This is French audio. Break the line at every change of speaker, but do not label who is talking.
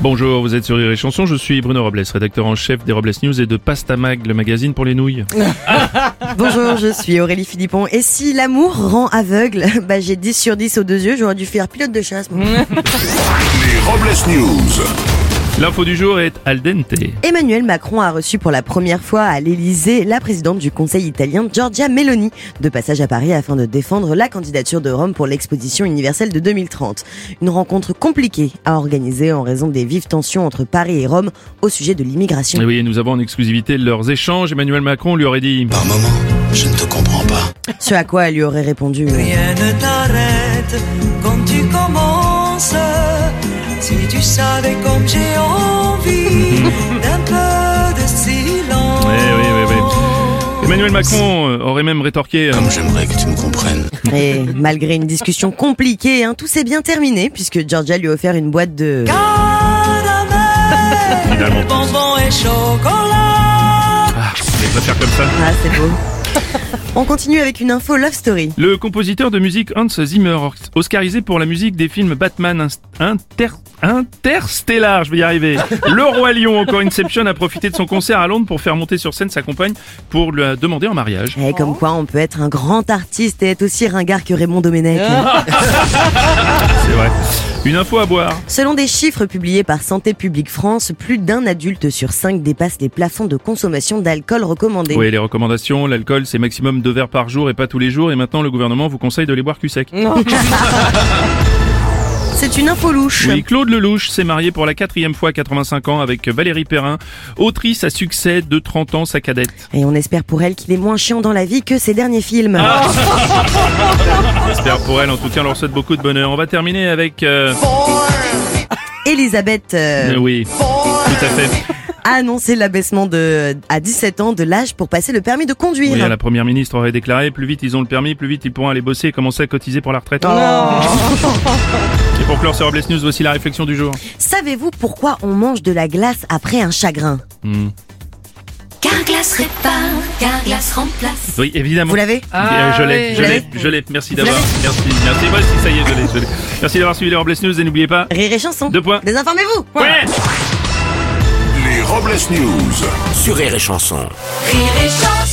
Bonjour, vous êtes sur Rire et Chanson, je suis Bruno Robles, rédacteur en chef des Robles News et de Pastamag, le magazine pour les nouilles.
Bonjour, je suis Aurélie Philippon. Et si l'amour rend aveugle, bah j'ai 10 sur 10 aux deux yeux, j'aurais dû faire pilote de chasse. moi.
Les Robles News.
L'info du jour est al dente.
Emmanuel Macron a reçu pour la première fois à l'Elysée la présidente du Conseil italien Giorgia Meloni, de passage à Paris afin de défendre la candidature de Rome pour l'exposition universelle de 2030. Une rencontre compliquée à organiser en raison des vives tensions entre Paris et Rome au sujet de l'immigration.
Et oui, nous avons en exclusivité leurs échanges. Emmanuel Macron lui aurait dit
Par moments, je ne te comprends pas.
Ce à quoi elle lui aurait répondu. euh,
Rien ne t'arrête quand tu commences. Si tu savais comme j'ai envie d'un peu de silence.
Ouais, ouais, ouais, Emmanuel Macron euh, aurait même rétorqué euh,
Comme j'aimerais que tu me comprennes.
Et malgré une discussion compliquée, hein, tout s'est bien terminé puisque Giorgia lui a offert une boîte de...
Évidemment.
Caramel, bonbons et chocolat.
Ah, je vais pas faire comme ça.
Ah, c'est beau. On continue avec une info Love Story.
Le compositeur de musique Hans Zimmer, oscarisé pour la musique des films Batman inst- inter- Interstellar, je vais y arriver. Le Roi Lion, encore Inception, a profité de son concert à Londres pour faire monter sur scène sa compagne pour la demander en mariage.
Eh, comme quoi on peut être un grand artiste et être aussi ringard que Raymond Domenech.
C'est vrai. Une info à boire.
Selon des chiffres publiés par Santé publique France, plus d'un adulte sur cinq dépasse les plafonds de consommation d'alcool recommandés.
Oui, les recommandations, l'alcool, c'est maximum deux verres par jour et pas tous les jours. Et maintenant, le gouvernement vous conseille de les boire cul sec.
C'est une info louche.
Oui, Claude Lelouch s'est marié pour la quatrième fois à 85 ans avec Valérie Perrin, autrice à succès de 30 ans, sa cadette.
Et on espère pour elle qu'il est moins chiant dans la vie que ses derniers films.
Ah. J'espère pour elle, en tout cas, on leur souhaite beaucoup de bonheur. On va terminer avec... euh,
Elisabeth euh,
euh, oui, tout à fait.
a annoncé l'abaissement de à 17 ans de l'âge pour passer le permis de conduire.
Oui, la première ministre aurait déclaré, plus vite ils ont le permis, plus vite ils pourront aller bosser et commencer à cotiser pour la
Oh.
retraite. Et pour clore sur Robles News, voici la réflexion du jour.
Savez-vous pourquoi on mange de la glace après un chagrin
Hmm.
Carglass répare, Carglass remplace.
Oui, évidemment.
Vous l'avez
Euh, je l'ai, je
Vous
l'ai,
l'avez
je l'ai. Merci d'avoir. Merci, merci. Moi aussi, ça y est, je l'ai, je l'ai. Merci d'avoir suivi les Robles News et n'oubliez pas.
Rire et chanson.
Deux points.
Désinformez-vous.
Ouais
Les Robles News.
Sur Rire et Chanson.
Rire et chanson.